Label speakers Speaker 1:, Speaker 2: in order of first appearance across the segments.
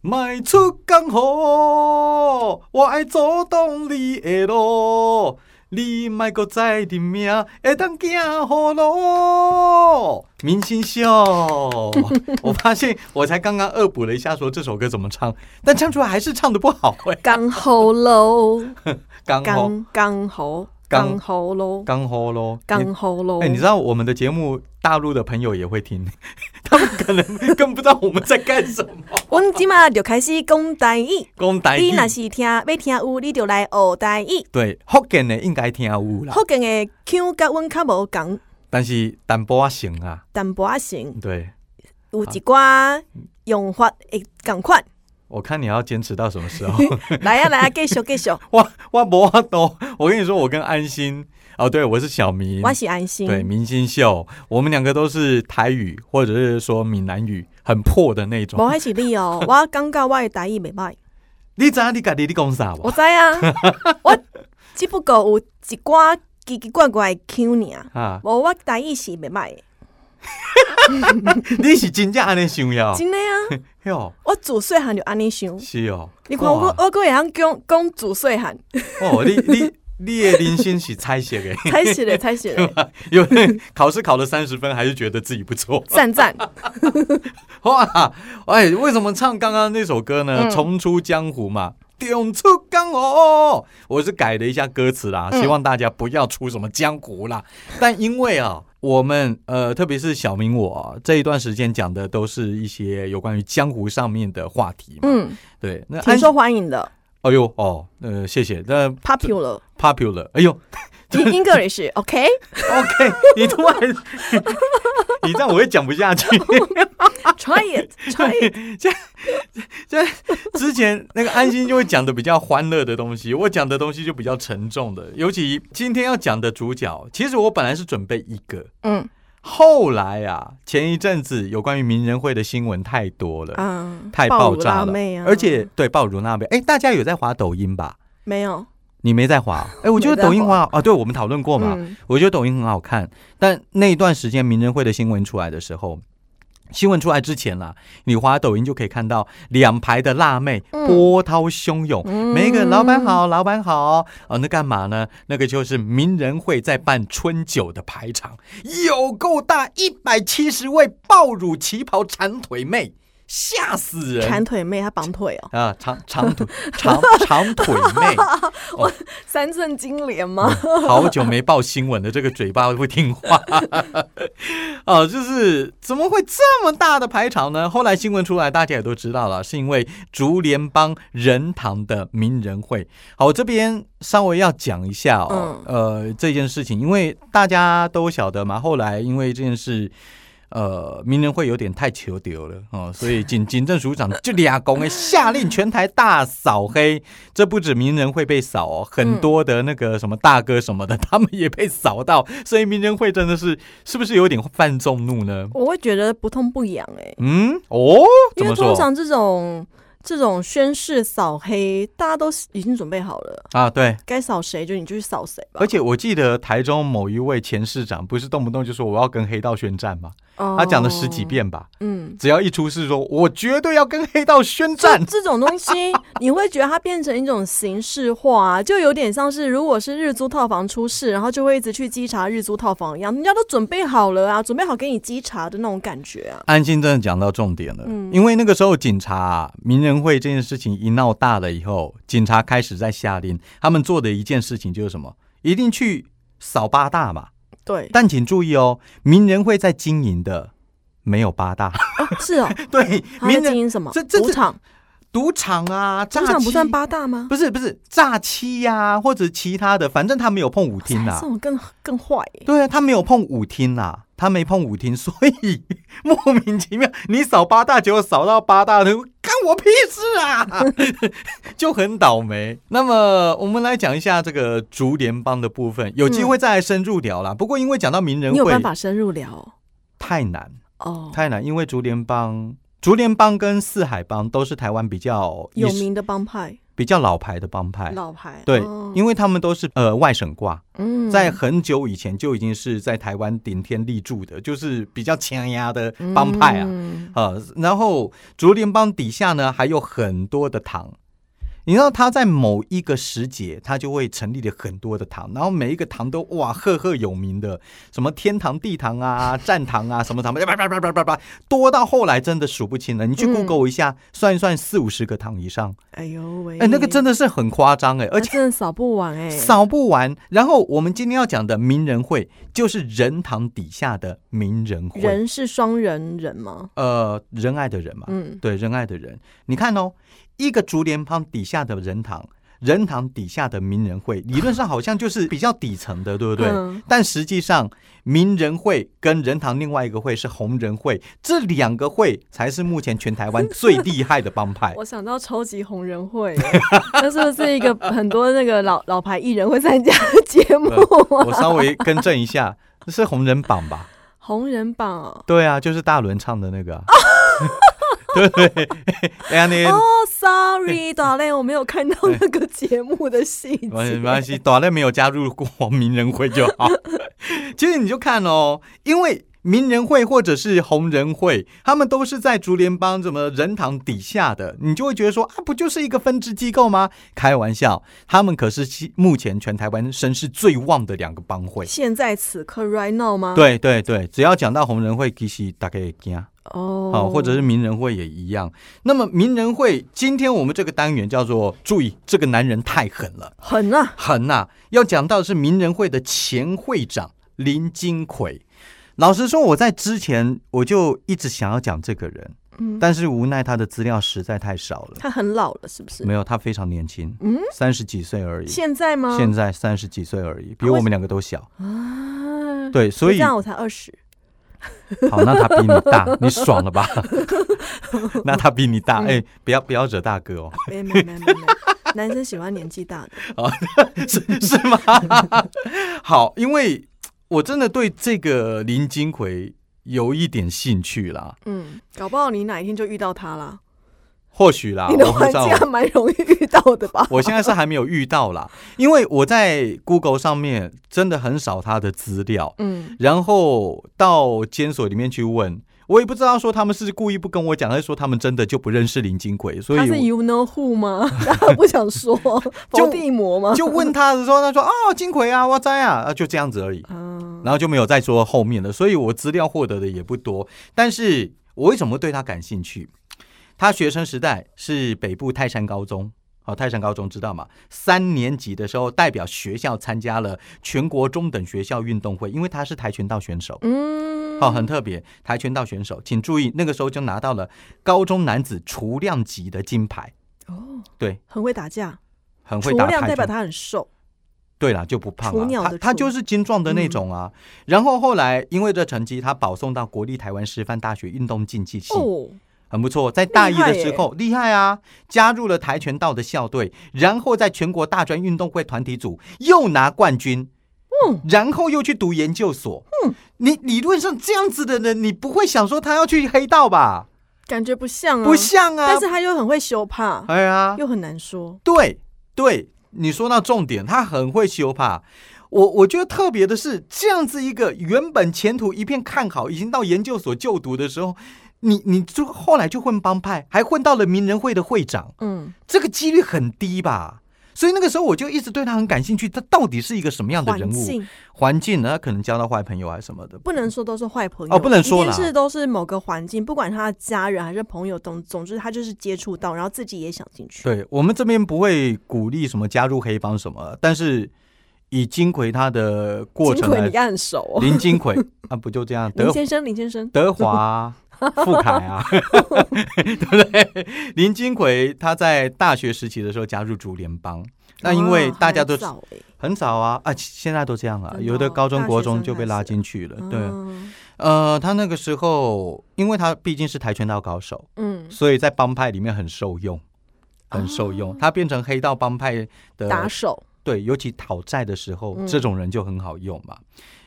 Speaker 1: 迈出江湖，我爱阻挡你的路，你莫搁再认命，会当行好路。明星 秀，我发现我才刚刚恶补了一下，说这首歌怎么唱，但唱出来还是唱的不 好哎、
Speaker 2: 刚好喽，
Speaker 1: 刚好
Speaker 2: 刚刚好，
Speaker 1: 刚
Speaker 2: 刚好喽，
Speaker 1: 刚好咯，你
Speaker 2: 刚好喽
Speaker 1: 哎、。你知道我们的节目大陆的朋友也会听， 他们可能更不知道我们在干什么。
Speaker 2: 我即马就开始讲台语，
Speaker 1: 讲台
Speaker 2: 你
Speaker 1: 语，
Speaker 2: 若是听要听有，你就来学台语。
Speaker 1: 对福建的应该听有啦，
Speaker 2: 福建的腔甲阮较无共，
Speaker 1: 但是淡薄仔成啊，
Speaker 2: 淡薄仔型，
Speaker 1: 对。
Speaker 2: 有一寡用法会 共款。
Speaker 1: 我看你要坚持到什么时候？
Speaker 2: 来啊来啊，继续继续，
Speaker 1: 哇哇不哇都，我跟你说，我跟安心哦，对我是小明，
Speaker 2: 我是安心。
Speaker 1: 对明星秀，我们两个都是台语或者是说闽南语很破的那
Speaker 2: 无
Speaker 1: 种。
Speaker 2: 迄是 你哦，我感觉我的台语袂歹。
Speaker 1: 你知道你家己你讲啥
Speaker 2: 我
Speaker 1: 不？
Speaker 2: 知啊，我只不过有一寡奇奇怪怪的腔尔，
Speaker 1: 啊，
Speaker 2: 无我台语是袂歹的，
Speaker 1: 你是真正安尼想呀？
Speaker 2: 真的啊！
Speaker 1: 哟，
Speaker 2: 我自细汉就安 尼想，
Speaker 1: 是哦。
Speaker 2: 你看我
Speaker 1: 哇
Speaker 2: 我阁会晓讲讲自细 汉，
Speaker 1: 哦，你你你的人生是彩色的，
Speaker 2: 才是嘞才是嘞，
Speaker 1: 有的人考试考了三十分，还是觉得自己不错。
Speaker 2: 赞 赞，
Speaker 1: 哇，哎，为什么唱刚刚那首歌呢？
Speaker 2: 嗯
Speaker 1: 重出江湖嘛。涌出江湖，哦我是改了一下歌词啦，
Speaker 2: 嗯
Speaker 1: 希望大家不要出什么江湖啦。但因为啊，我们呃，特别是小明我啊这一段时间讲的都是一些有关于江湖上面的话题嘛。
Speaker 2: 嗯，
Speaker 1: 对，那
Speaker 2: 挺
Speaker 1: 安
Speaker 2: 受欢迎的
Speaker 1: 哎呦哦，呃，谢谢。那
Speaker 2: ，popular。
Speaker 1: popular，哎呦
Speaker 2: In English, OK？
Speaker 1: ，OK，你突 然， 你这样我会讲不下去。
Speaker 2: Try it, try it。
Speaker 1: 之前那个安心就会讲的比较欢乐的东西，我讲的东西就比较沉重的。尤其今天要讲的主角，其实我本来是准备一个，
Speaker 2: 嗯
Speaker 1: 后来啊，前一阵子有关于名人会的新闻太多了，
Speaker 2: 啊，
Speaker 1: 太
Speaker 2: 爆
Speaker 1: 爆
Speaker 2: 乳
Speaker 1: 炸
Speaker 2: 辣
Speaker 1: 了，
Speaker 2: 妹啊，
Speaker 1: 而且对爆乳辣妹，哎，大家有在滑抖音吧？
Speaker 2: 没有
Speaker 1: 你没在滑？哎，我觉得抖音滑啊，对我们讨论过嘛，
Speaker 2: 嗯
Speaker 1: 我觉得抖音很好看，但那一段时间名人会的新闻出来的时候，新闻出来之前啦、你滑抖音就可以看到两排的辣妹
Speaker 2: 嗯
Speaker 1: 波涛汹涌，
Speaker 2: 嗯
Speaker 1: 每一个老板好，老板好，哦，那干嘛呢？那个就是名人会在办春酒的排场，有够大，一百七十位爆乳旗袍缠腿妹，吓死人！
Speaker 2: 缠腿妹，她绑腿 哦，
Speaker 1: 啊，长长腿长长腿妹，
Speaker 2: 三寸金莲吗？
Speaker 1: 好久没报新闻的这个嘴巴会听话 哦，就是怎么会这么大的排场呢？后来新闻出来，大家也都知道了，是因为竹联帮仁堂的名人会。好，我这边稍微要讲一下哦，呃，这件事情，因为大家都晓得嘛，后来因为这件事。呃，名人会有点太求丢了哦，所以警警政署长就俩公哎下令全台大扫黑，这不止名人会被扫哦，
Speaker 2: 嗯
Speaker 1: 很多的那个什么大哥什么的， 他们也被扫到，所以名人会真的是是不是有点犯众怒呢？
Speaker 2: 我会觉得不痛不痒哎、
Speaker 1: 嗯，哦，怎
Speaker 2: 因
Speaker 1: 么
Speaker 2: 为通
Speaker 1: 说
Speaker 2: 常这种这种宣誓扫黑，大家都已经准备好了，
Speaker 1: 啊？对，
Speaker 2: 该扫谁就你就去扫谁吧
Speaker 1: 而。且我记得台中某一位前市长不是动不动就说我要跟黑道宣战吗？他
Speaker 2: 他
Speaker 1: 讲了十几，遍吧，
Speaker 2: 嗯，
Speaker 1: 只要一出事说，我绝对要跟黑道宣
Speaker 2: 这
Speaker 1: 战。
Speaker 2: 这种东西，你会觉得它变成一种形式化、就有点像是如果是日租套房出事，然后就会一直去稽查日租套房一样，人家都准备好了啊，准备好给你稽查的那种感觉啊。
Speaker 1: 安心真的讲到重点了，
Speaker 2: 嗯
Speaker 1: 因为那个时候警察、名人会这件事情一闹大了以后，警察开始在下令，他们做的一件事情就是什么，一定去扫八大嘛。
Speaker 2: 对，
Speaker 1: 但请注意哦，名人会在经营的没有八 大，
Speaker 2: 哦，是 哦，
Speaker 1: 对，
Speaker 2: 他在
Speaker 1: 名
Speaker 2: 经
Speaker 1: 人
Speaker 2: 营什么？
Speaker 1: 这这
Speaker 2: 赌
Speaker 1: 这
Speaker 2: 场，
Speaker 1: 赌场啊，诈
Speaker 2: 赌场不
Speaker 1: 欺
Speaker 2: 算八大吗？
Speaker 1: 不是不是诈欺呀、或者其他的，反正他没有碰舞厅啦、
Speaker 2: 哎这种更更坏耶、
Speaker 1: 啊对啊，他没有碰舞厅啦、他没碰舞厅， 所以莫名其妙，你扫八大，结果扫到八大的，干我屁事啊， 就很倒霉。那么我们来讲一下这个竹联帮的部分，有机会再来深入聊啦。不过因为讲到名人
Speaker 2: 嗯你有
Speaker 1: 会
Speaker 2: 办法深入聊哦
Speaker 1: 太难
Speaker 2: 哦？
Speaker 1: 太难，因为竹联帮、竹联帮跟四海帮都是台湾比较
Speaker 2: 有名的帮派，
Speaker 1: 比较老牌的帮派。
Speaker 2: 老牌
Speaker 1: 对
Speaker 2: 哦，
Speaker 1: 因为他们都是呃外省挂，
Speaker 2: 嗯
Speaker 1: 在很久以前就已经是在台湾顶天立柱的，就是比较强压的帮派啊。
Speaker 2: 嗯
Speaker 1: 呃，然后竹联帮底下呢还有很多的堂，你知道他在某一个时节，他就会成立了很多的堂，然后每一个堂都哇赫赫有名的，什么天堂、地堂啊、 战堂啊，什么堂，叭叭叭叭叭叭叭，多到后来真的数不清了。你去
Speaker 2: 嗯
Speaker 1: Google 一下，算一算四五十个堂以上，
Speaker 2: 哎呦喂，
Speaker 1: 哎，那个真
Speaker 2: 的，
Speaker 1: 的是很夸张哎、而且。
Speaker 2: 真的扫不完哎，
Speaker 1: 扫不完，然后我们今天要讲的名人会就是仁堂底下的名人会，
Speaker 2: 人是双人人吗？
Speaker 1: 呃，仁爱的人嘛，
Speaker 2: 嗯，
Speaker 1: 对仁爱的人，你看哦，一个竹联帮底下的仁堂，仁堂底下的名人会，理论上好像就是比较底层的，对不对？
Speaker 2: 嗯。
Speaker 1: 但实际上，名人会跟仁堂另外一个会是红人会，这两个会才是目前全台湾最厉害的帮派
Speaker 2: 我想到超级红人会， 哎那是不是一个很多那个老老牌艺人会参加的节目啊？
Speaker 1: 我稍微更正一下，这是红人榜吧？
Speaker 2: 红人榜哦，
Speaker 1: 对啊，就是大伦唱的那个啊，对不对？哎呀，那
Speaker 2: 哦，sorry，打雷，我没有看到那个节目的细节。
Speaker 1: 没没关系，短赖没有加入过名人会就好。其实你就看哦，因为名人会或者是红人会，他们都是在竹联帮什么人堂底下的，你就会觉得说啊，不就是一个分支机构吗？开玩笑，他们可是其目前全台湾声势最旺的两个帮会。
Speaker 2: 现在此刻 right now 吗？，
Speaker 1: 对对对，只要讲到红人会，其实大概也惊。
Speaker 2: 哦，
Speaker 1: 好，或者是名人会也一样。那么名人会，今天我们这个单元叫做“注意，这个男人太狠了，
Speaker 2: 狠啊，
Speaker 1: 狠呐、要讲到的是名人会的前会长林金奎。老实说，我在之前我就一直想要讲这个人，
Speaker 2: 嗯，
Speaker 1: 但是无奈他的资料实在太少了。
Speaker 2: 他很老了，是不是？
Speaker 1: 没有，他非常年轻，
Speaker 2: 嗯，啊
Speaker 1: 三十几岁而已。
Speaker 2: 现在吗？
Speaker 1: 现在三十几岁而已，比
Speaker 2: 为
Speaker 1: 我们两个都小。
Speaker 2: 啊，
Speaker 1: 对，所
Speaker 2: 哦这
Speaker 1: 以
Speaker 2: 样我才二十，
Speaker 1: 好，那他比你大，你爽了 吧？那他比你大，
Speaker 2: 嗯
Speaker 1: 哎、不要不要惹大哥哦。
Speaker 2: 没没没没没，男生喜欢年纪 大的，
Speaker 1: 是是吗？ 好，因为我真的对这个林金奎有一点兴趣啦，
Speaker 2: 嗯，搞不好你哪一天就遇到他啦。
Speaker 1: 或许啦，
Speaker 2: 你的
Speaker 1: 啊我不
Speaker 2: 环
Speaker 1: 知
Speaker 2: 境
Speaker 1: 道。
Speaker 2: 还蛮容易遇到的吧？
Speaker 1: 我现在是还没有遇到啦，因为我在 Google 上面真的很少他的资料，
Speaker 2: 嗯，
Speaker 1: 然后到监所里面去问，我也不知道说他们是故意不跟我讲，还是说他们真的就不认识林金奎，所
Speaker 2: 他
Speaker 1: 以
Speaker 2: 是 you know who 吗？ 他不想 说，
Speaker 1: 就
Speaker 2: 伏地魔吗
Speaker 1: 我？就问他的时候，他说：“哦，金奎啊，哇塞啊，啊就这样子而已。”
Speaker 2: 嗯，
Speaker 1: 然后就没有再说后面的，所以我资料获得的也不多。但是我为什么对他感兴趣？他学生时代是北部泰山高中，好、泰山高中知道吗？三年级的时候代表学校参加了全国中等学校运动会，因为他是跆拳道选手。
Speaker 2: 嗯，
Speaker 1: 哦，很特别，跆拳道选手，请注意，那个时候就拿到了高中男子雏量级的金牌，
Speaker 2: 哦，
Speaker 1: 对，
Speaker 2: 很会打架，
Speaker 1: 很
Speaker 2: 雏
Speaker 1: 会打
Speaker 2: 量
Speaker 1: 跆
Speaker 2: 代表
Speaker 1: 拳。
Speaker 2: 他很瘦，
Speaker 1: 对啦，就不胖
Speaker 2: 雏鸟
Speaker 1: 啊，
Speaker 2: 的
Speaker 1: 他他
Speaker 2: 雏嗯
Speaker 1: 就是精壮的那种啊。然后后来因为这成绩，他保送到国立台湾师范大学运动竞技系，
Speaker 2: 哦，
Speaker 1: 很不错。在大一的
Speaker 2: 厉害
Speaker 1: 时
Speaker 2: 耶
Speaker 1: 候厉害啊，加入了跆拳道的校队，然后在全国大专运动会团体组又拿冠军。
Speaker 2: 嗯，
Speaker 1: 然后又去读研究所。嗯，你理论上这样子的人，你不会想说他要去黑道吧？
Speaker 2: 感觉不像啊，
Speaker 1: 不像啊。
Speaker 2: 但是他又很会羞怕，
Speaker 1: 哎呀，
Speaker 2: 又很难说，
Speaker 1: 对对，你说到重点，他很会修帕。我我觉得特别的是，这样子一个原本前途一片看好，已经到研究所就读的时候，你你就后来就混帮派，还混到了名人会的会长，
Speaker 2: 嗯，
Speaker 1: 这个几率很低吧？所以那个时候我就一直对他很感兴趣，他到底是一个什么样的人
Speaker 2: 环
Speaker 1: 物？
Speaker 2: 境
Speaker 1: 环境呢？可能交到坏朋友啊什么的。
Speaker 2: 不能说都是坏朋友
Speaker 1: 哦不能说啦
Speaker 2: 一定是都是某个环境，不管他的家人还是朋友，总总之他就是接触到，然后自己也想进去，
Speaker 1: 对我们这边不会鼓励什么加入黑帮什么，但是以金奎他的过
Speaker 2: 金
Speaker 1: 程
Speaker 2: 奎
Speaker 1: 来
Speaker 2: 你看很熟哦，
Speaker 1: 林金 奎啊，不就这样？
Speaker 2: 林
Speaker 1: 德
Speaker 2: 先生，林先生，
Speaker 1: 德华啊、傅凯 啊，对不对？林金奎他在大学时期的时候加入竹联帮，那因为
Speaker 2: 哇
Speaker 1: 大家都
Speaker 2: 啊还哦很早欸
Speaker 1: 很早啊啊，其现在都这样了、
Speaker 2: 真的哦
Speaker 1: 有的高中
Speaker 2: 大学
Speaker 1: 国中
Speaker 2: 生
Speaker 1: 就被
Speaker 2: 开
Speaker 1: 拉
Speaker 2: 始
Speaker 1: 进去了。对，
Speaker 2: 嗯
Speaker 1: 呃，他那个时候，因为他毕竟是跆拳道高手，
Speaker 2: 嗯，
Speaker 1: 所以在帮派里面很受用。很受用，他变成黑道帮派的
Speaker 2: 哦打手，
Speaker 1: 对，尤其讨债的时候，
Speaker 2: 嗯
Speaker 1: 这种人就很好用嘛。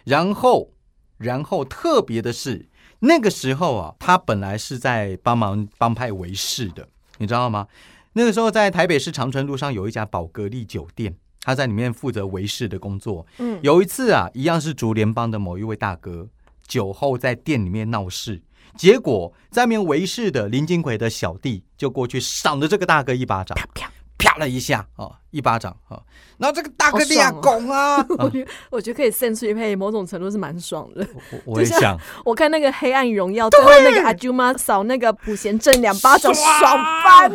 Speaker 1: 然后，然后特别的是，那个时候啊，他本来是在帮忙帮派维持的，你知道吗？那个时候在台北市长春路上有一家宝格丽酒店，他在里面负责维士的工作。
Speaker 2: 嗯，
Speaker 1: 有一次啊，一样是竹联帮的某一位大哥，酒后在店里面闹事，结果在面维士的林金奎的小弟就过去赏了这个大哥一巴掌，
Speaker 2: 啪啪，
Speaker 1: 啪了一下哦，一巴掌哦，然后这个大哥
Speaker 2: 好
Speaker 1: 立下
Speaker 2: 爽哦
Speaker 1: 拱啊，
Speaker 2: 我觉得我觉得可以 send 出去配，某种程度是蛮爽的。
Speaker 1: 我我也
Speaker 2: 就像
Speaker 1: 想，
Speaker 2: 我看那个《黑暗荣耀》，最后那个阿舅妈扫那个普贤正两巴掌，爽翻！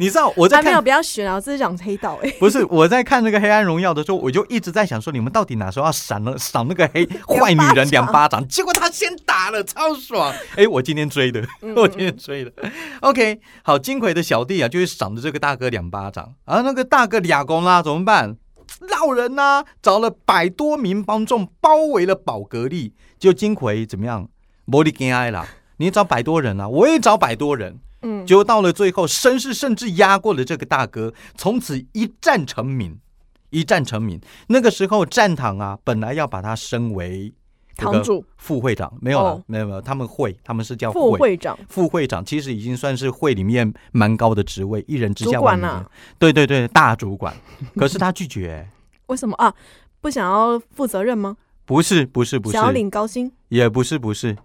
Speaker 1: 你知道我在
Speaker 2: 还没
Speaker 1: 看
Speaker 2: 有不要学啊，我这是讲黑道哎、
Speaker 1: 不是我在看那个《黑暗荣耀》的时候，我就一直在想说，你们到底哪时候要闪了赏那个黑坏女人两巴掌？结果他先打了，超爽！ 哎，我今天追的，
Speaker 2: 嗯
Speaker 1: 我今天追的。OK，好，金奎的小弟啊，就是赏了这个大哥两巴掌，啊，那个大哥俩公啦，怎么办？闹人呐、找了百多名帮众包围了宝格丽，就金奎怎么样？摩利根埃啦， 你找百多人啊，我也找百多人，
Speaker 2: 嗯，
Speaker 1: 结果到了最后，绅士甚至压过了这个大哥，从此一战成名，一战成名。那个时候，战堂啊，本来要把他升为这个
Speaker 2: 堂主、
Speaker 1: 副会长，没有了，
Speaker 2: 哦
Speaker 1: 没有没有，他们会，他们是叫
Speaker 2: 副
Speaker 1: 会。
Speaker 2: 会长，
Speaker 1: 副会长其实已经算是会里面蛮高的职位，一人之下
Speaker 2: 主
Speaker 1: 万
Speaker 2: 管
Speaker 1: 人
Speaker 2: 啊
Speaker 1: 之对对对，大主管。可是他拒绝、
Speaker 2: 为什么啊？不想要负责任吗？
Speaker 1: 不是不是不是
Speaker 2: 想，要领高薪，
Speaker 1: 也不是不是，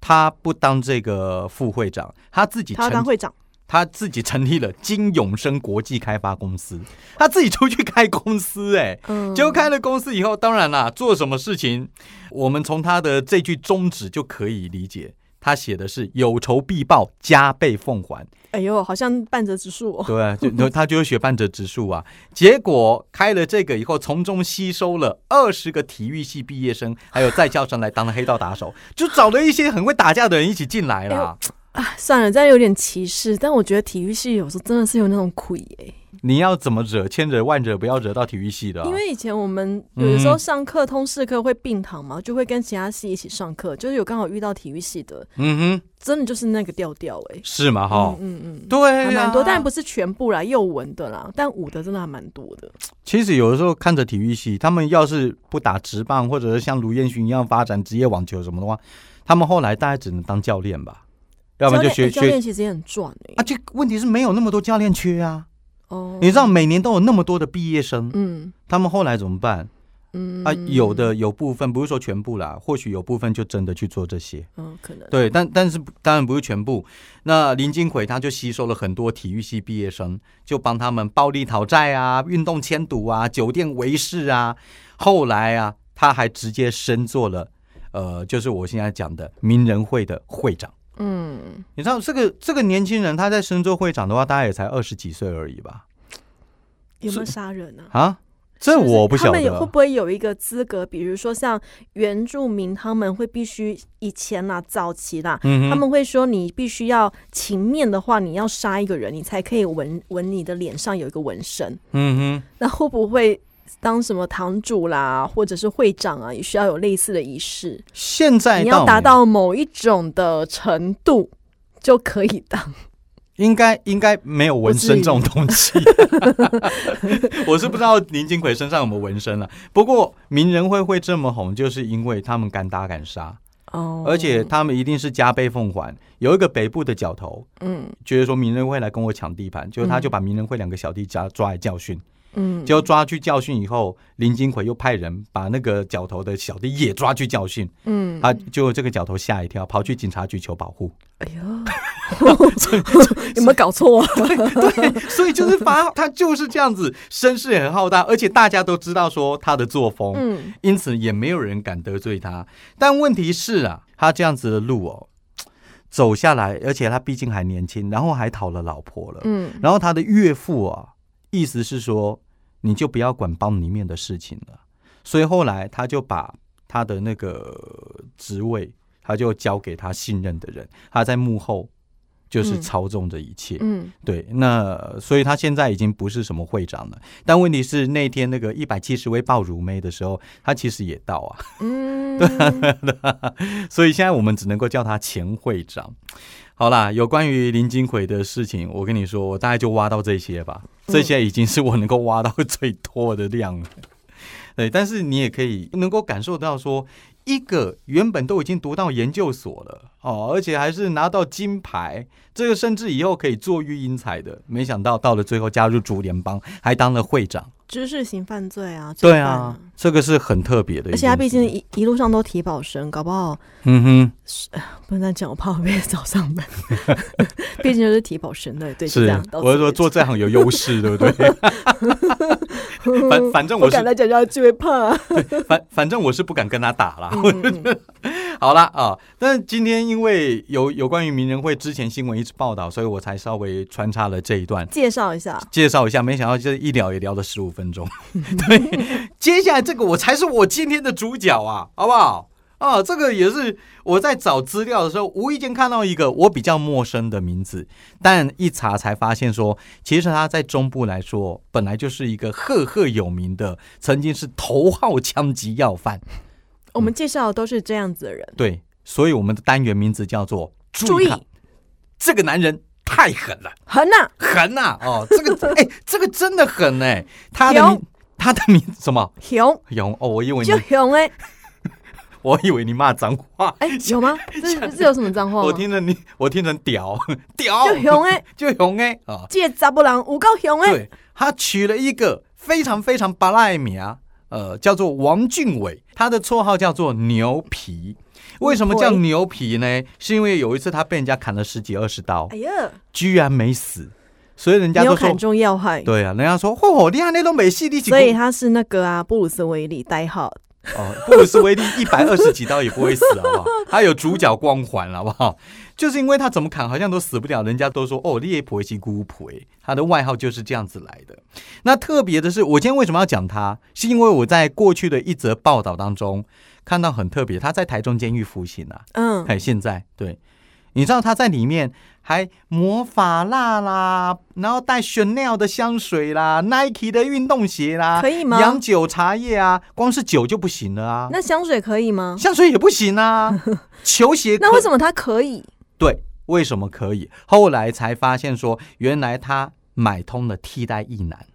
Speaker 1: 他不当这个副会长，他自己
Speaker 2: 他要
Speaker 1: 成
Speaker 2: 当会长，
Speaker 1: 他自己成立了金永生国际开发公司，他自己出去开公司、哎。
Speaker 2: 嗯，
Speaker 1: 就开了公司以后，当然啦，做什么事情，我们从他的这句宗旨就可以理解。他写的是有仇必报，加倍奉还，
Speaker 2: 哎呦，好像半折指数 哦，
Speaker 1: 对、啊，就他就是学半折直树啊。结果开了这个以后，从中吸收了二十个体育系毕业生，还有在校生来当黑道打手，就找了一些很会打架的人一起进来啦。
Speaker 2: 啊算了，这样有点歧视，但我觉得体育系有时候真的是有那种苦哎、
Speaker 1: 你要怎么惹，千惹万惹，不要惹到体育系的啊、
Speaker 2: 因为以前我们有
Speaker 1: 嗯
Speaker 2: 的时候上课、通识课会并堂嘛，就会跟其他系一起上课，就是有刚好遇到体育系的，
Speaker 1: 嗯哼，
Speaker 2: 真的就是那个调调哎，
Speaker 1: 是吗？哈、
Speaker 2: 嗯嗯嗯，
Speaker 1: 对、
Speaker 2: 还
Speaker 1: 啊，
Speaker 2: 蛮多，但不是全部啦，也有文的啦，但武的真的还蛮多的，
Speaker 1: 其实有的时候看着体育系，他们要是不打直棒，或者是像卢彦勋一样发展职业网球什么的话，他们后来大概只能当教练吧，要不然就
Speaker 2: 教练
Speaker 1: 学
Speaker 2: 哎教练
Speaker 1: 学
Speaker 2: 其实也很赚哎、
Speaker 1: 啊。这个问题是没有那么多教练缺啊，
Speaker 2: 哦，
Speaker 1: 你知道每年都有那么多的毕业生，
Speaker 2: 嗯
Speaker 1: 他们后来怎么办
Speaker 2: 嗯
Speaker 1: 啊？有的有部分不是说全部啦，或许有部分就真的去做这些。
Speaker 2: 嗯，可能
Speaker 1: 对，但但是当然不是全部。那林金奎他就吸收了很多体育系毕业生，就帮他们暴力讨债啊、运动迁赌啊、酒店围事啊。后来啊，他还直接升做了，呃，就是我现在讲的名人会的会长。
Speaker 2: 嗯，
Speaker 1: 你知道这个这个年轻人他在升做会长的话，大概也才二十几岁而已吧？
Speaker 2: 有没有
Speaker 1: 是
Speaker 2: 杀人啊？
Speaker 1: 啊，这
Speaker 2: 是不是
Speaker 1: 我不晓
Speaker 2: 他们有会
Speaker 1: 得
Speaker 2: 不。会有一个资格，比如说像原住民，他们会必须以前啦、早期啦，
Speaker 1: 嗯
Speaker 2: 他
Speaker 1: 哼，
Speaker 2: 们会说你必须要情面的话，你要杀一个人，你才可以纹纹你的脸上有一个纹身。
Speaker 1: 嗯
Speaker 2: 那会不会当什么堂主啦，或者是会长啊，也需要有类似的仪式
Speaker 1: 哼？，现在
Speaker 2: 你要达
Speaker 1: 没
Speaker 2: 到某一种的程度就可以当。
Speaker 1: 应该应该没有纹身这种东 西，我是不知道林金奎身上有没有纹身了、不过名人会会这么红，就是因为他们敢打敢杀，
Speaker 2: 哦
Speaker 1: 而且他们一定是加倍奉还。有一个北部的角头，
Speaker 2: 嗯
Speaker 1: 觉得说名人会来跟我抢地盘，就他
Speaker 2: 嗯
Speaker 1: 就把名人会两个小弟抓抓来教训，
Speaker 2: 嗯，
Speaker 1: 结果抓去教训以后，林金奎又派人把那个角头的小弟也抓去教训，
Speaker 2: 嗯，
Speaker 1: 啊，就这个角头吓一跳，跑去警察局求保护。
Speaker 2: 哎 呦，有没有搞错、啊？
Speaker 1: 所以就是发，他就是这样子，声势也很浩大，而且大家都知道说他的作风，
Speaker 2: 嗯，
Speaker 1: 因此也没有人敢得罪他。但问题是啊，他这样子的路哦，走下来，而且他毕竟还年轻，然后还讨了老婆了，
Speaker 2: 嗯，
Speaker 1: 然后他的岳父啊，意思是说你就不要管帮里面的事情了，所以后来他就把他的那个职位，他就交给他信任的人，他在幕后就是
Speaker 2: 嗯
Speaker 1: 操纵着一切，
Speaker 2: 嗯，
Speaker 1: 对，那所以他现在已经不是什么会长了，但问题是那天那个一百七十位爆乳妹的时候，他其实也到啊，
Speaker 2: 嗯，
Speaker 1: 所以现在我们只能够叫他前会长。好啦，有关于林金奎的事情，我跟你说，我大概就挖到这些吧，
Speaker 2: 嗯
Speaker 1: 这些已经是我能够 挖到最多的量了。对，但是你也可以能够感受到说，一个原本都已经读到研究所了哦，而且还是拿到金牌，这个甚至以后可以做育英才的，没想到到了最后加入竹联帮，还当了会长。
Speaker 2: 知识型犯罪啊，罪
Speaker 1: 对
Speaker 2: 犯
Speaker 1: 啊，，这个是很特别的一件
Speaker 2: 而
Speaker 1: 事。
Speaker 2: 且他毕竟一一路上都提保生，搞不好
Speaker 1: 嗯哼，
Speaker 2: 不能这样讲，我怕我被找上门。 毕竟就是提保生的，对，就这
Speaker 1: 是
Speaker 2: 样。，到此
Speaker 1: 我是
Speaker 2: 为
Speaker 1: 说
Speaker 2: 止
Speaker 1: 做这行有优势，对不对？ 反反正
Speaker 2: 嗯不
Speaker 1: 我是
Speaker 2: 敢再讲下去会怕。
Speaker 1: 反反正我是不敢跟他打啦。
Speaker 2: 嗯
Speaker 1: 好啦啊，但今天因为有有关于名人会之前新闻一直报道，所以我才稍微穿插了这一段。
Speaker 2: 介绍一下，
Speaker 1: 介绍一下，没想到这一聊也聊了十五分钟。 对，接下来这个我才是我今天的主角啊，好不好？啊，这个也是我在找资料的时候无意间看到一个我比较陌生的名字，但一查才发现说，其实他在中部来说本来就是一个赫赫有名的，曾经是头号枪击要犯。
Speaker 2: 我们介绍的都是这样子的人，
Speaker 1: 对，所以我们的单元名字叫做“
Speaker 2: 注意
Speaker 1: 看这个男人太狠了。
Speaker 2: 很啊呐、
Speaker 1: 狠呐、哦，这个 哎、这个真的狠哎、他的
Speaker 2: 有
Speaker 1: 名，他的名什么？
Speaker 2: 熊
Speaker 1: 勇哦，我以为你
Speaker 2: 就，熊哎、
Speaker 1: 我以为你骂脏话，
Speaker 2: 哎、有吗？这这有什么脏话
Speaker 1: 我
Speaker 2: 吗？
Speaker 1: 听成你，我听成屌 屌，
Speaker 2: 就熊哎、
Speaker 1: 就勇哎啊，
Speaker 2: 借杂布郎五告熊哎、
Speaker 1: 对他取了一个非常非常巴赖米啊，呃，叫做王俊伟，他的绰号叫做牛皮。为什么叫
Speaker 2: 喂
Speaker 1: 牛皮呢？是因为有一次他被人家砍了十几二十刀
Speaker 2: 哎，呀，
Speaker 1: 居然没死，所以人家
Speaker 2: 没有
Speaker 1: 都说
Speaker 2: 砍，中要害，
Speaker 1: 对啊，人家说，嚯、你看那都没戏，你几
Speaker 2: 所以他是那个啊，布鲁斯威利代号。
Speaker 1: 哦，布鲁斯威利一百二十几刀也不会死，好不好？他有主角光环，好不好？就是因为他怎么砍好像都死不了，人家都说哦，猎婆媳姑婆，欸他的外号就是这样子来的。那特别的是，我今天为什么要讲他，是因为我在过去的一则报道当中看到很特别，他在台中监狱服刑啊，
Speaker 2: 嗯，
Speaker 1: 哎，现在对。你知道他在里面还抹法蜡啦，然后带 Chanel 的香水啦，Nike 的运动鞋啦，
Speaker 2: 可以吗
Speaker 1: 洋酒、茶叶啊，光是酒就不行了啊。
Speaker 2: 那香水可以吗？
Speaker 1: 香水也不行 啊，球鞋
Speaker 2: 那为什
Speaker 1: 么？
Speaker 2: 么他可以？
Speaker 1: 对，为什么可以？后来才发现说，原来他买通了替代一男，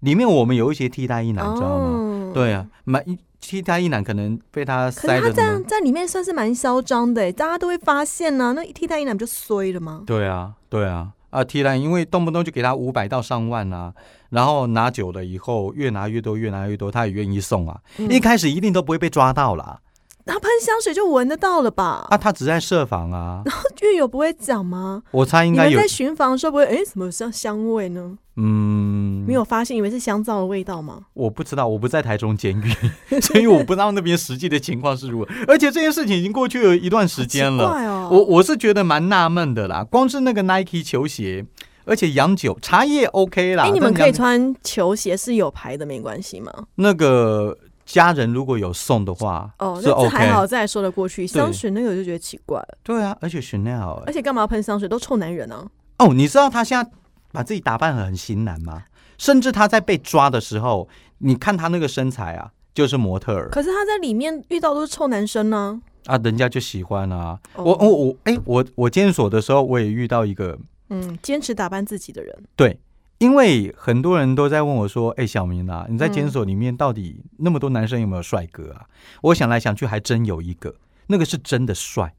Speaker 1: 里面我们有一些替代一男，你知道吗？
Speaker 2: 哦，
Speaker 1: 对啊，买替代一男可能被他
Speaker 2: 可
Speaker 1: 塞
Speaker 2: 是他
Speaker 1: 的
Speaker 2: 这
Speaker 1: 什么
Speaker 2: 样？在里面算是蛮嚣张的欸，大家都会发现呢、那替代一男不就衰了 吗？
Speaker 1: 对啊，对啊，啊替代，因为动不动就给他五百到上万啊，然后拿久了以后，越拿越多，越拿越多，他也愿意送啊。
Speaker 2: 嗯
Speaker 1: 一开始一定都不会被抓到啦，
Speaker 2: 他喷香水就闻得到了吧？
Speaker 1: 啊，他只在设防啊，
Speaker 2: 狱友不会讲吗？
Speaker 1: 我猜应
Speaker 2: 你
Speaker 1: 该
Speaker 2: 们
Speaker 1: 有
Speaker 2: 在，巡房的时候不会，哎、怎么有香香味呢？
Speaker 1: 嗯，
Speaker 2: 没有发现，以为是香皂的味道吗？
Speaker 1: 我不知道，我不在台中监 狱，所以我不知道那边实际的情况是如何。而且这件事情已经过去了一段时间
Speaker 2: 好
Speaker 1: 了，
Speaker 2: 奇怪哦、
Speaker 1: 我我是觉得蛮纳闷的啦。光是那个 Nike 球鞋，而且洋酒、茶叶 OK 啦。
Speaker 2: 哎、你们
Speaker 1: 但
Speaker 2: 可以
Speaker 1: 洋
Speaker 2: 穿球鞋是有牌的，没关系吗？
Speaker 1: 那个家人如果有送的话，
Speaker 2: 哦，
Speaker 1: 是
Speaker 2: 那这
Speaker 1: OK。
Speaker 2: 还好，这还说得过去。香水那个我就觉得奇怪了，
Speaker 1: 对啊，而且 Chanel，、
Speaker 2: 而且干嘛要喷香水？都臭男人啊！
Speaker 1: 哦，你知道他现在把自己打扮得很型男吗？甚至他在被抓的时候，你看他那个身材啊，就是模特儿
Speaker 2: 可是他在里面遇到都是臭男生呢、
Speaker 1: 啊，人家就喜欢啊。
Speaker 2: 哦
Speaker 1: 我我我，哎、我我监所的时候，我也遇到一个，
Speaker 2: 嗯，坚持打扮自己的人，
Speaker 1: 对，因为很多人都在问我说，哎、小明啊，你在监
Speaker 2: 嗯
Speaker 1: 所里面到底那么多男生有没有帅哥啊？我想来想去，还真有一个，那个是真的帅，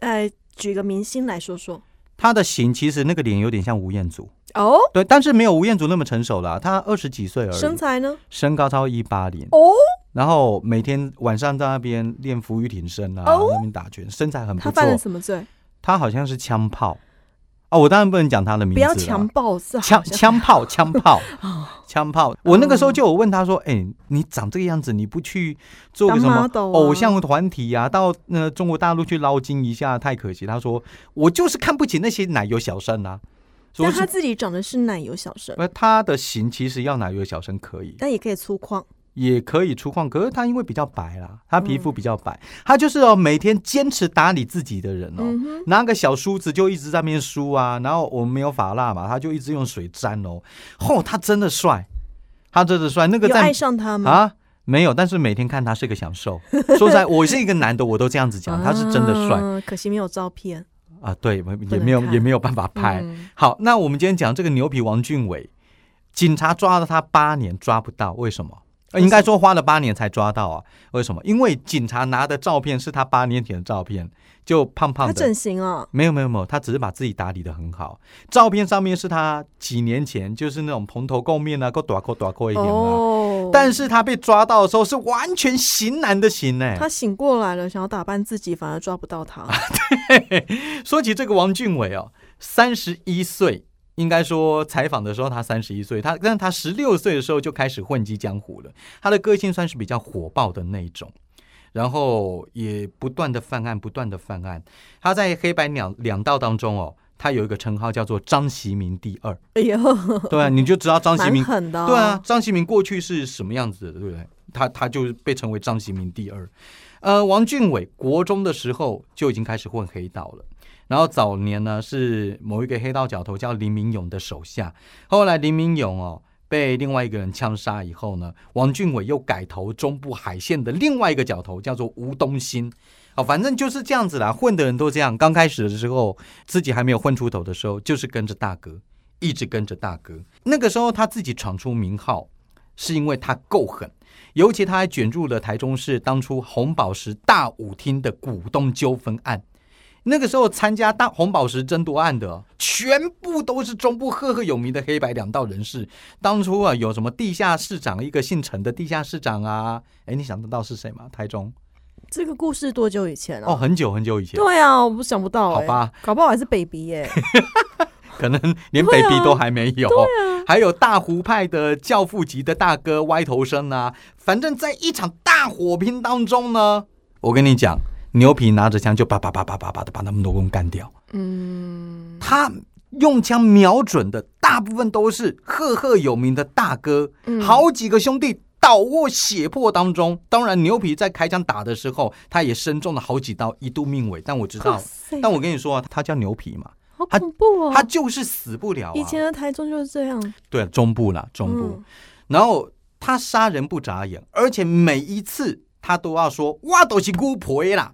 Speaker 2: 哎，举个明星来说说。
Speaker 1: 他的型其实那个脸有点像吴彦祖，
Speaker 2: 哦，
Speaker 1: 对，但是没有吴彦祖那么成熟啦，他二十几岁而已，
Speaker 2: 身材呢？
Speaker 1: 身高超一八零，
Speaker 2: 哦，
Speaker 1: 然后每天晚上在那边练浮鱼挺身啊，
Speaker 2: 哦
Speaker 1: 那边打拳，身材很不
Speaker 2: 他
Speaker 1: 错。
Speaker 2: 犯了什么罪？
Speaker 1: 他好像是枪炮啊，我当然不能讲他的名字
Speaker 2: 不
Speaker 1: 啦，
Speaker 2: 要强暴是哦好
Speaker 1: 枪
Speaker 2: 像
Speaker 1: 枪炮，枪炮， 枪炮。我那个时候
Speaker 2: 嗯
Speaker 1: 就有问他说：“哎、你长这个样子，你不去做个
Speaker 2: 当
Speaker 1: 什么
Speaker 2: model 啊
Speaker 1: 偶像团体呀、到呃中国大陆去捞金一下，太可惜。”他说：“我就是看不起那些奶油小生啊。”说
Speaker 2: 但
Speaker 1: 是
Speaker 2: 他自己长得是奶油小生，
Speaker 1: 呃，他的型其实要奶油小生可以，
Speaker 2: 但也可以粗犷。
Speaker 1: 也可以粗犷，可是他因为比较白啦，他皮肤比较白，他就是哦每天坚持打理自己的人哦，
Speaker 2: 嗯哼，
Speaker 1: 拿个小梳子就一直在那边梳啊，然后我们没有发蜡嘛，他就一直用水沾哦。哦，他真的帅，他真的帅。那个
Speaker 2: 有爱
Speaker 1: 在
Speaker 2: 上他吗？
Speaker 1: 啊没有，但是每天看他是个享受。说实在，我是一个男的，我都这样子讲，他是真的帅
Speaker 2: 啊，可惜没有照片。
Speaker 1: 啊。对，没也
Speaker 2: 能
Speaker 1: 没有
Speaker 2: 看
Speaker 1: 也没有办法拍。
Speaker 2: 嗯
Speaker 1: 好，那我们今天讲这个牛皮王俊伟，警察抓了他八年抓不到，为什么？呃应该说花了八年才抓到啊。为什么？因为警察拿的照片是他八年前的照片，就胖胖
Speaker 2: 他
Speaker 1: 的
Speaker 2: 整。形啊，
Speaker 1: 没有没有没有，他只是把自己打理的很好。照片上面是他几年前就是那种蓬头垢面啊，够短够短够一点啊。
Speaker 2: 哦，
Speaker 1: 但是他被抓到的时候是完全型男的型欸呢、
Speaker 2: 他醒过来了，想要打扮自己，反而抓不到他。
Speaker 1: 说起这个王俊伟哦，三十一岁，应该说采访的时候他三十一岁，他但他十六岁的时候就开始混迹江湖了。他的个性算是比较火爆的那一种，然后也不断的犯案，不断的犯案。他在黑白两两道当中哦，他有一个称号叫做张习明第二，
Speaker 2: 哎呦，
Speaker 1: 对啊，你就知道张习
Speaker 2: 蛮
Speaker 1: 明
Speaker 2: 狠的、哦
Speaker 1: 对啊，，张其明过去是什么样子的，对不对？他他就被称为张其明第二。呃，王俊伟国中的时候就已经开始混黑道了，然后早年呢是某一个黑道角头叫林明勇的手下，后来林明勇哦被另外一个人枪杀以后呢，王俊伟又改投中部海线的另外一个角头叫做吴东兴。哦，反正就是这样子啦，混的人都这样。刚开始的时候，自己还没有混出头的时候，就是跟着大哥，一直跟着大哥。那个时候他自己闯出名号，是因为他够狠，尤其他还卷入了台中市当初红宝石大舞厅的股东纠纷案。那个时候参加大红宝石争夺案的，全部都是中部赫赫有名的黑白两道人士。当初啊，有什么地下市长，一个姓陈的地下市长啊，哎，你想得到是谁吗？台中
Speaker 2: 这个故事多久以前了、啊
Speaker 1: 哦，很久很久以前，
Speaker 2: 对啊，我不想不到、
Speaker 1: 好
Speaker 2: 哎，
Speaker 1: 吧，
Speaker 2: 搞不好还是 baby 耶、
Speaker 1: 可 能连
Speaker 2: 对啊
Speaker 1: baby 都还没有。还有大湖派的教父级的大哥歪头生啊，反正在一场大火拼当中呢，我跟你讲，牛皮拿着枪就叭叭叭叭叭叭的把他们都给我们干掉。
Speaker 2: 嗯，
Speaker 1: 他用枪瞄准的大部分都是赫赫有名的大哥，
Speaker 2: 嗯
Speaker 1: 好几个兄弟倒卧血泊当中。当然，牛皮在开枪打的时候，他也身中了好几刀，一度命危。但我知
Speaker 2: 哇
Speaker 1: 道，
Speaker 2: 塞，
Speaker 1: 但我跟你说啊，他叫牛皮嘛，
Speaker 2: 好
Speaker 1: 他
Speaker 2: 恐怖哦！
Speaker 1: 他就是死不了、啊。
Speaker 2: 以前的台中就是这样，嗯
Speaker 1: 对中部啦，中部。然后他杀人不眨眼，而且每一次他都要说“哇，都是姑婆啦”，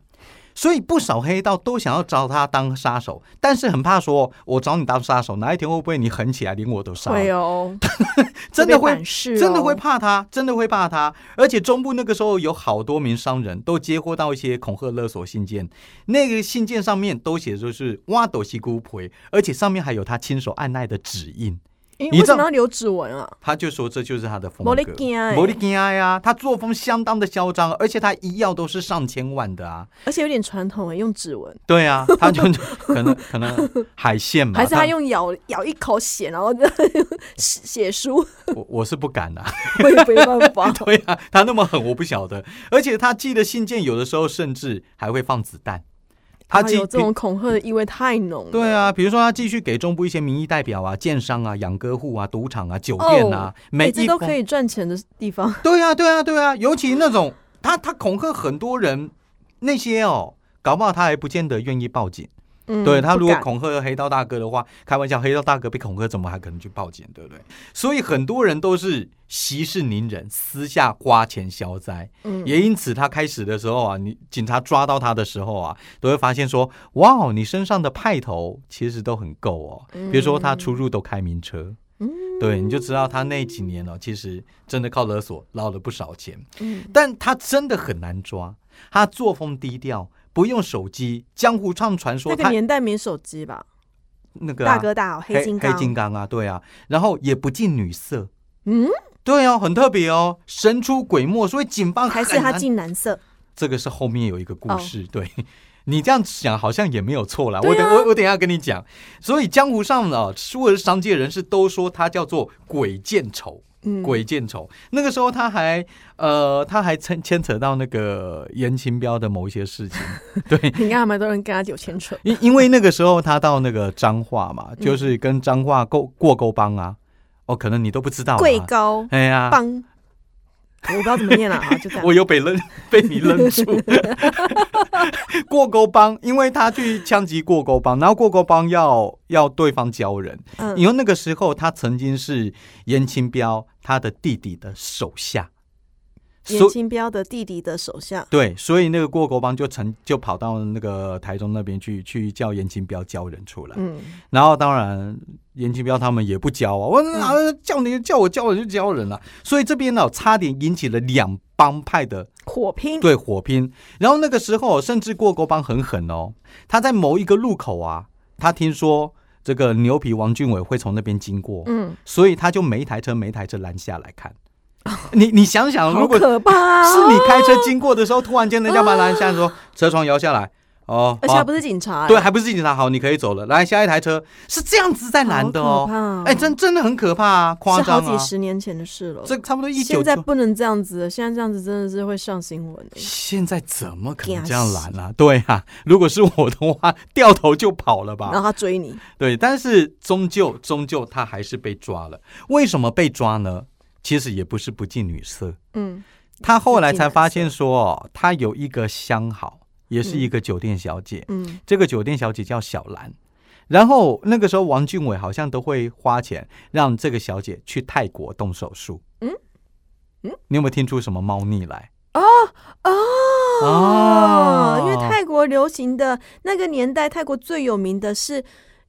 Speaker 1: 所以不少黑道都想要找他当杀手，但是很怕说“我找你当杀手，哪一天会不会你狠起来连我都杀
Speaker 2: 嗯、
Speaker 1: 了
Speaker 2: 会哦，
Speaker 1: 真的
Speaker 2: 会被
Speaker 1: 会
Speaker 2: 反噬哦，
Speaker 1: 真的会怕他，真的会怕他。而且中部那个时候有好多名商人都接获到一些恐吓勒索信件，那个信件上面都写着是“哇，都是姑婆”，而且上面还有他亲手按捺的指印。
Speaker 2: 诶
Speaker 1: 你
Speaker 2: 为
Speaker 1: 知道
Speaker 2: 什么要留指纹啊？
Speaker 1: 他就说这就是他的风
Speaker 2: 没
Speaker 1: 格
Speaker 2: 得怕欸，
Speaker 1: 没得惊啊呀、他作风相当的嚣张，而且他一要都是上千万的啊。
Speaker 2: 而且有点传统诶，欸用指纹，
Speaker 1: 对啊， 他就可能可能海鲜嘛，
Speaker 2: 还是他
Speaker 1: 但
Speaker 2: 用咬咬一口血，然后 写写书，
Speaker 1: 我我是不敢啊。
Speaker 2: 我也没办法。
Speaker 1: 对啊，他那么狠，我不晓得。而且他寄的信件有的时候甚至还会放子弹，他
Speaker 2: 啊
Speaker 1: 寄
Speaker 2: 有这种恐吓的意味太浓了。
Speaker 1: 对啊，比如说他继续给中部一些民意代表啊、建商啊、养鸽户啊、赌场啊、酒店啊，每
Speaker 2: 每
Speaker 1: 一
Speaker 2: 次哦哎都
Speaker 1: 封
Speaker 2: 可以赚钱的地方，
Speaker 1: 对啊，对啊，对啊，尤其那种他他恐吓很多人，那些哦，搞不好他还不见得愿意报警。
Speaker 2: 嗯，
Speaker 1: 对他
Speaker 2: 不
Speaker 1: 如果
Speaker 2: 敢
Speaker 1: 恐吓黑道大哥的话，开玩笑，黑道大哥被恐吓怎么还可能去报警，对不对？所以很多人都是息事宁人，私下花钱消灾。
Speaker 2: 嗯
Speaker 1: 也因此，他开始的时候啊，你警察抓到他的时候啊，都会发现说，哇哦，你身上的派头其实都很够哦。比如说他出入都开名车，
Speaker 2: 嗯
Speaker 1: 对，你就知道他那几年哦，其实真的靠勒索捞了不少钱。
Speaker 2: 嗯
Speaker 1: 但他真的很难抓，他作风低调。不用手机，江湖上传说
Speaker 2: 那
Speaker 1: 他
Speaker 2: 个年代没手机吧？
Speaker 1: 那个啊、
Speaker 2: 大哥大哦
Speaker 1: 黑
Speaker 2: 金刚，
Speaker 1: 黑金刚啊，对啊，然后也不近女色，
Speaker 2: 嗯，
Speaker 1: 对哦，很特别哦，神出鬼没，所以警方
Speaker 2: 还是
Speaker 1: 很
Speaker 2: 他
Speaker 1: 难
Speaker 2: 进蓝色？
Speaker 1: 这个是后面有一个故
Speaker 2: 哦
Speaker 1: 事，对。你这样想好像也没有错啦，
Speaker 2: 对啊
Speaker 1: 我等我我等一下跟你讲。所以江湖上呢，所有的商界人士都说他叫做鬼见愁，
Speaker 2: 嗯，
Speaker 1: 鬼见愁。那个时候他还呃，他还牵牵扯到那个严清标的某一些事情， 对，
Speaker 2: 应该还蛮多人跟他有 牵扯。
Speaker 1: 因因为那个时候他到那个彰化嘛，
Speaker 2: 嗯
Speaker 1: 就是跟彰化过过沟帮啊，哦，可能你都不知道、啊，
Speaker 2: 贵高
Speaker 1: 哎呀，
Speaker 2: 帮，我不知道怎么念了啊，好就这 样。
Speaker 1: 我又被扔，被你扔住。 过沟帮，因为他去枪击过沟帮，然后过沟帮要要对方交人，
Speaker 2: 嗯
Speaker 1: 因为那个时候他曾经是严清标他的弟弟的手下，
Speaker 2: 严
Speaker 1: 所
Speaker 2: 清标的弟弟的手下。
Speaker 1: 对，所以那个郭国邦就成就跑到那个台中那边去，去叫严清标交人出来。
Speaker 2: 嗯，
Speaker 1: 然后当然严清标他们也不交啊，我
Speaker 2: 嗯
Speaker 1: 哪叫你叫我交我就交人了、所以这边呢、差点引起了两帮派的
Speaker 2: 火拼。
Speaker 1: 对火拼。然后那个时候，甚至郭国邦很狠哦，他在某一个路口啊，他听说这个牛皮王俊伟会从那边经过，
Speaker 2: 嗯，
Speaker 1: 所以他就每一台车每一台车拦下来看。你你想想，
Speaker 2: 好
Speaker 1: 如果
Speaker 2: 可怕啊！
Speaker 1: 是你开车经过的时候，突然间人家把拦下来说车窗摇下来，哦，
Speaker 2: 哦而且
Speaker 1: 好
Speaker 2: 还不是警察、欸，
Speaker 1: 对，，还不是警察，好，你可以走了。来，下一台车是这样子在拦的
Speaker 2: 好可
Speaker 1: 哦，
Speaker 2: 怕啊
Speaker 1: 哎，真真的很可怕啊，夸
Speaker 2: 是好
Speaker 1: 张
Speaker 2: 几
Speaker 1: 啊，
Speaker 2: 十年前的事了。
Speaker 1: 这差不多一九
Speaker 2: 现在不能这样子了，现在这样子真的是会上新闻的、
Speaker 1: 现在怎么可能这样拦啊？对啊，如果是我的话，掉头就跑了
Speaker 2: 然
Speaker 1: 吧。
Speaker 2: 后他追你，
Speaker 1: 对，但是终究终究他还是被抓了。为什么被抓呢？其实也不是不近女色，
Speaker 2: 嗯，
Speaker 1: 他后来才发现说，他有一个相好，也是一个酒店小姐。
Speaker 2: 嗯，
Speaker 1: 这个酒店小姐叫小兰。然后那个时候，王俊伟好像都会花钱让这个小姐去泰国动手术。
Speaker 2: 嗯嗯，
Speaker 1: 你有没有听出什么猫腻来？
Speaker 2: 哦，
Speaker 1: 哦
Speaker 2: 因为泰国流行的那个年代，泰国最有名的是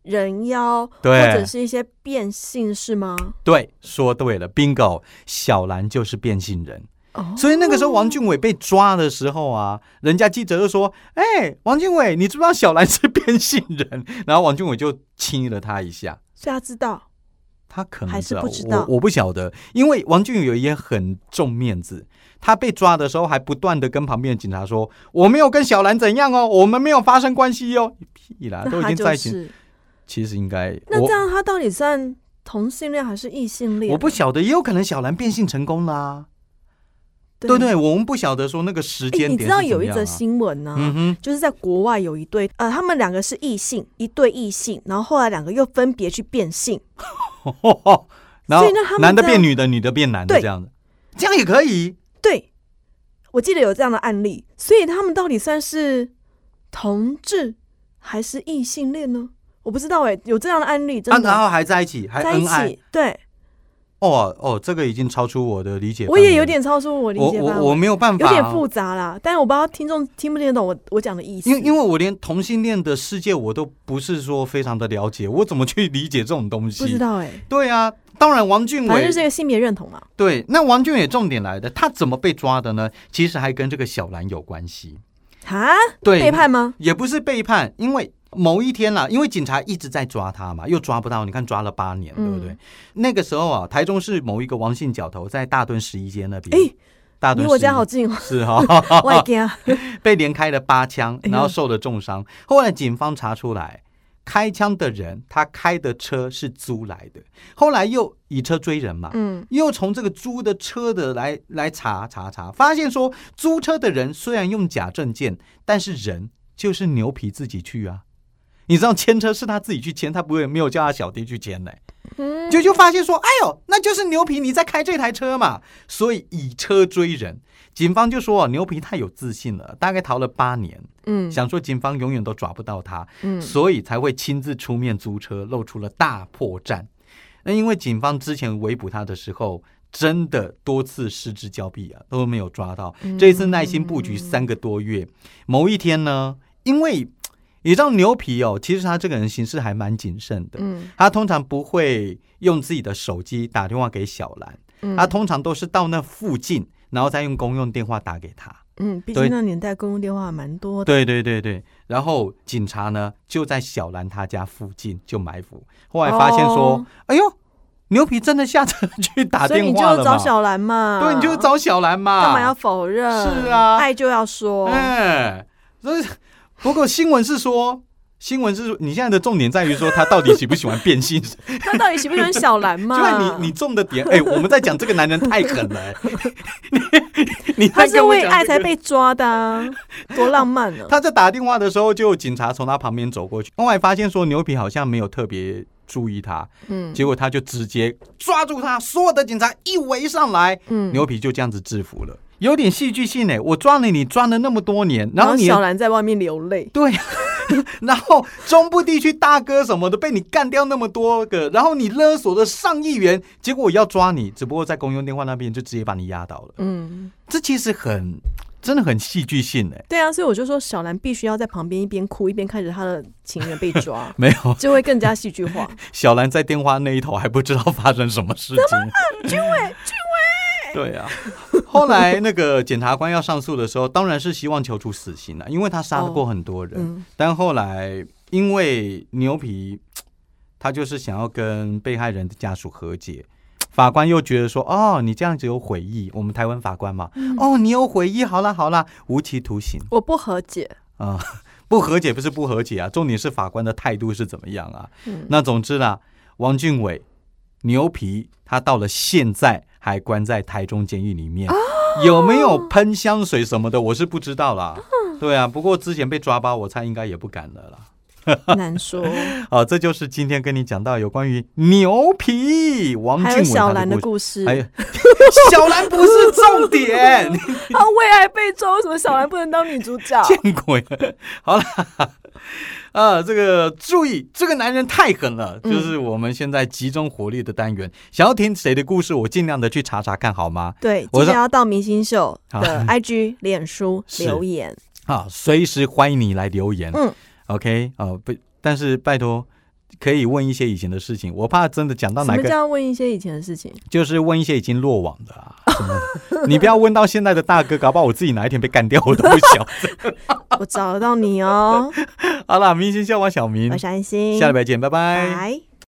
Speaker 2: 人妖，或
Speaker 1: 对
Speaker 2: 者是一些变性，是吗？
Speaker 1: 对，说对了，bingo，小兰就是变性人。
Speaker 2: 哦，
Speaker 1: 所以那个时候王俊伟被抓的时候啊，人家记者就说：“哎、王俊伟，你知不知道小兰是变性人？” 然后王俊伟就亲了他一下。
Speaker 2: 所以他知道，
Speaker 1: 他可能啊
Speaker 2: 还是不知道
Speaker 1: 我我不晓得，因为王俊宇也很重面子，他被抓的时候还不断的跟旁边的警察说：“我没有跟小兰怎样哦，我们没有发生关系哦。”屁啦，
Speaker 2: 那
Speaker 1: 都已
Speaker 2: 他
Speaker 1: 经
Speaker 2: 就
Speaker 1: 在一起，
Speaker 2: 是。
Speaker 1: 其实应该
Speaker 2: 那
Speaker 1: 我
Speaker 2: 这样他到底算同性恋还是异性恋？
Speaker 1: 我不晓得，也有可能小兰变性成功啦、
Speaker 2: 对
Speaker 1: 对不对？我们不晓得说那个时
Speaker 2: 哎、
Speaker 1: 间
Speaker 2: 你
Speaker 1: 点是
Speaker 2: 知
Speaker 1: 怎
Speaker 2: 道
Speaker 1: 么样啊、
Speaker 2: 有一则新闻呢、
Speaker 1: 嗯 哼，
Speaker 2: 就是在国外有一对呃，他们两个是异性，一对异性，然后后来两个又分别去变性，
Speaker 1: 然后
Speaker 2: 所以那他们
Speaker 1: 男的
Speaker 2: 在
Speaker 1: 变女的，女的变男的
Speaker 2: 对
Speaker 1: 这样子，这样也可以。
Speaker 2: 对，我记得有这样的案例，所以他们到底算是同志还是异性恋呢？我不知道哎、有这样的案例
Speaker 1: 啊，
Speaker 2: 真的、
Speaker 1: 然后还在一起，还
Speaker 2: 在一
Speaker 1: 恩爱。
Speaker 2: 起，对
Speaker 1: 哦哦，这个已经超出我的理解范
Speaker 2: 我
Speaker 1: 围。
Speaker 2: 也有点超出我理
Speaker 1: 我
Speaker 2: 解范
Speaker 1: 我我
Speaker 2: 围，
Speaker 1: 没有办法、啊
Speaker 2: 有点复杂啦，但我不知道听众听不听得懂我我讲的意思，
Speaker 1: 因为因为我连同性恋的世界我都不是说非常的了解，我怎么去理解这种东
Speaker 2: 不知
Speaker 1: 西？
Speaker 2: 道哎、
Speaker 1: 对啊，当然王俊
Speaker 2: 反正
Speaker 1: 伟
Speaker 2: 就是这个性别认同嘛。
Speaker 1: 对，那王俊伟重点来的，他怎么被抓的呢？其实还跟这个小兰有关系，
Speaker 2: 啊，
Speaker 1: 对，
Speaker 2: 背叛吗？
Speaker 1: 也不是背叛，因为某一天啦，因为警察一直在抓他嘛，又抓不到，你看抓了八年，对
Speaker 2: 嗯
Speaker 1: 不对？那个时候啊，台中市某一个王姓角头在大墩十一街那边，
Speaker 2: 哎，
Speaker 1: 大墩
Speaker 2: 离我
Speaker 1: 11
Speaker 2: 家好近哦，
Speaker 1: 是哈、 哦，
Speaker 2: 我也惊。
Speaker 1: 被连开了八枪，
Speaker 2: 哎呦
Speaker 1: 然后受了重伤。后来警方查出来，开枪的人他开的车是租来的，后来又以车追人嘛。
Speaker 2: 嗯，
Speaker 1: 又从这个租的车的来来查查查，发现说租车的人虽然用假证件，但是人就是牛皮自己去啊。你知道牵车是他自己去牵，他不会没有叫他小弟去牵呢、
Speaker 2: 嗯
Speaker 1: 就就发现说，哎呦，那就是牛皮你在开这台车嘛，所以以车追人。警方就说啊牛皮太有自信了，大概逃了八年，
Speaker 2: 嗯
Speaker 1: 想说警方永远都抓不到他，
Speaker 2: 嗯
Speaker 1: 所以才会亲自出面租车，露出了大破绽。那因为警方之前围捕他的时候，真的多次失之交臂啊，都没有抓到。
Speaker 2: 嗯
Speaker 1: 这一次耐心布局三个多月，某一天呢，因为你知道牛皮哦，其实他这个人行事还蛮谨慎的，
Speaker 2: 嗯
Speaker 1: 他通常不会用自己的手机打电话给小兰，
Speaker 2: 嗯
Speaker 1: 他通常都是到那附近，然后再用公用电话打给他。
Speaker 2: 嗯，毕
Speaker 1: 对
Speaker 2: 竟那年代公用电话还蛮多的。
Speaker 1: 对对对对，然后警察呢就在小兰她家附近就埋伏，后来发现说，
Speaker 2: 哦
Speaker 1: 哎呦，牛皮真的下车去打
Speaker 2: 所以
Speaker 1: 电
Speaker 2: 你就
Speaker 1: 话了
Speaker 2: 找
Speaker 1: 嘛？
Speaker 2: 小兰嘛，
Speaker 1: 对，你就找小兰嘛，
Speaker 2: 干嘛要否认？
Speaker 1: 是啊
Speaker 2: 爱就要说。
Speaker 1: 哎，所以不过新闻是说，新闻是说你现在的重点在于说他到底喜不喜欢变性，
Speaker 2: 他到底喜不喜欢小兰 嘛？
Speaker 1: 就是你你中的 点，哎、我们在讲这个男人太狠了、哎你你
Speaker 2: 他
Speaker 1: 在
Speaker 2: 是
Speaker 1: 跟我
Speaker 2: 为
Speaker 1: 讲
Speaker 2: 爱
Speaker 1: 这个
Speaker 2: 才被抓 的啊，多浪漫啊！
Speaker 1: 他在打电话的时候，就有警察从他旁边走过去，后来发现说牛皮好像没有特别注意他，
Speaker 2: 嗯
Speaker 1: 结果他就直接抓住他，所有的警察一围上来，
Speaker 2: 嗯，
Speaker 1: 牛皮就这样子制服了。有点戏剧性哎、我抓了你抓了那么多年，然后你
Speaker 2: 小兰在外面流泪，
Speaker 1: 对，啊 然后中部地区大哥什么的被你干掉那么多个，然后你勒索了上亿元，结果我要抓你，只不过在公用电话那边就直接把你压倒了。
Speaker 2: 嗯，
Speaker 1: 这其实很，真的很戏剧性哎、，
Speaker 2: 对啊，所以我就说小兰必须要在旁边一边哭一边看着她的情人被抓
Speaker 1: 没有，
Speaker 2: 就会更加戏 剧化。
Speaker 1: 小兰在电话那一头还不知道发生什么事情。对啊，后来那个检察官要上诉的时候，当然是希望求处死刑了、因为他杀了过很多人。
Speaker 2: 嗯，
Speaker 1: 但后来因为牛皮，他就是想要跟被害人的家属和解。法官又觉得说，哦，你这样子有悔意，我们台湾法官嘛，哦，你有悔意，好啦好啦，无期徒刑
Speaker 2: 我不和解，
Speaker 1: 啊、不和解不是不和解啊，重点是法官的态度是怎么样啊？
Speaker 2: 嗯
Speaker 1: 那总之啦，王俊伟牛皮他到了现在还关在台中监狱里面，
Speaker 2: 哦
Speaker 1: 有没有喷香水什么的，我是不知道啦。对啊，不过之前被抓包，我猜应该也不敢了啦。
Speaker 2: 难说。
Speaker 1: 好，这就是今天跟你讲到有关于牛皮王
Speaker 2: 还
Speaker 1: 俊
Speaker 2: 有
Speaker 1: 伟
Speaker 2: 小兰
Speaker 1: 的
Speaker 2: 的
Speaker 1: 故事。
Speaker 2: 故事，
Speaker 1: 还有 小兰不是重点，
Speaker 2: 她哦为爱被抓，为什么小兰不能当女主 角？
Speaker 1: 见鬼！好了， 啊，这个注意，这个男人太狠了，
Speaker 2: 嗯
Speaker 1: 就是我们现在集中火力的单元。想要听谁的故事，我尽量的去查查看好吗？
Speaker 2: 对，
Speaker 1: 我说
Speaker 2: 记得要到明星秀的
Speaker 1: 啊
Speaker 2: IG、脸书
Speaker 1: 是
Speaker 2: 留言。
Speaker 1: 啊，随时欢迎你来留言。
Speaker 2: 嗯
Speaker 1: ，OK，啊，不，但是拜托。可以问一些以前的事情，我怕真的讲到
Speaker 2: 什
Speaker 1: 哪
Speaker 2: 么
Speaker 1: 个，
Speaker 2: 叫问一些以前的 事情？
Speaker 1: 就是问一些已经落网的啊，什么的 你不要问到现在的大哥，搞不好我自己哪一天被干掉我都不晓得。
Speaker 2: 我找得到你哦，
Speaker 1: 好啦，明星笑完小明
Speaker 2: 我，是安心，
Speaker 1: 嗯下礼拜见，拜拜
Speaker 2: 拜。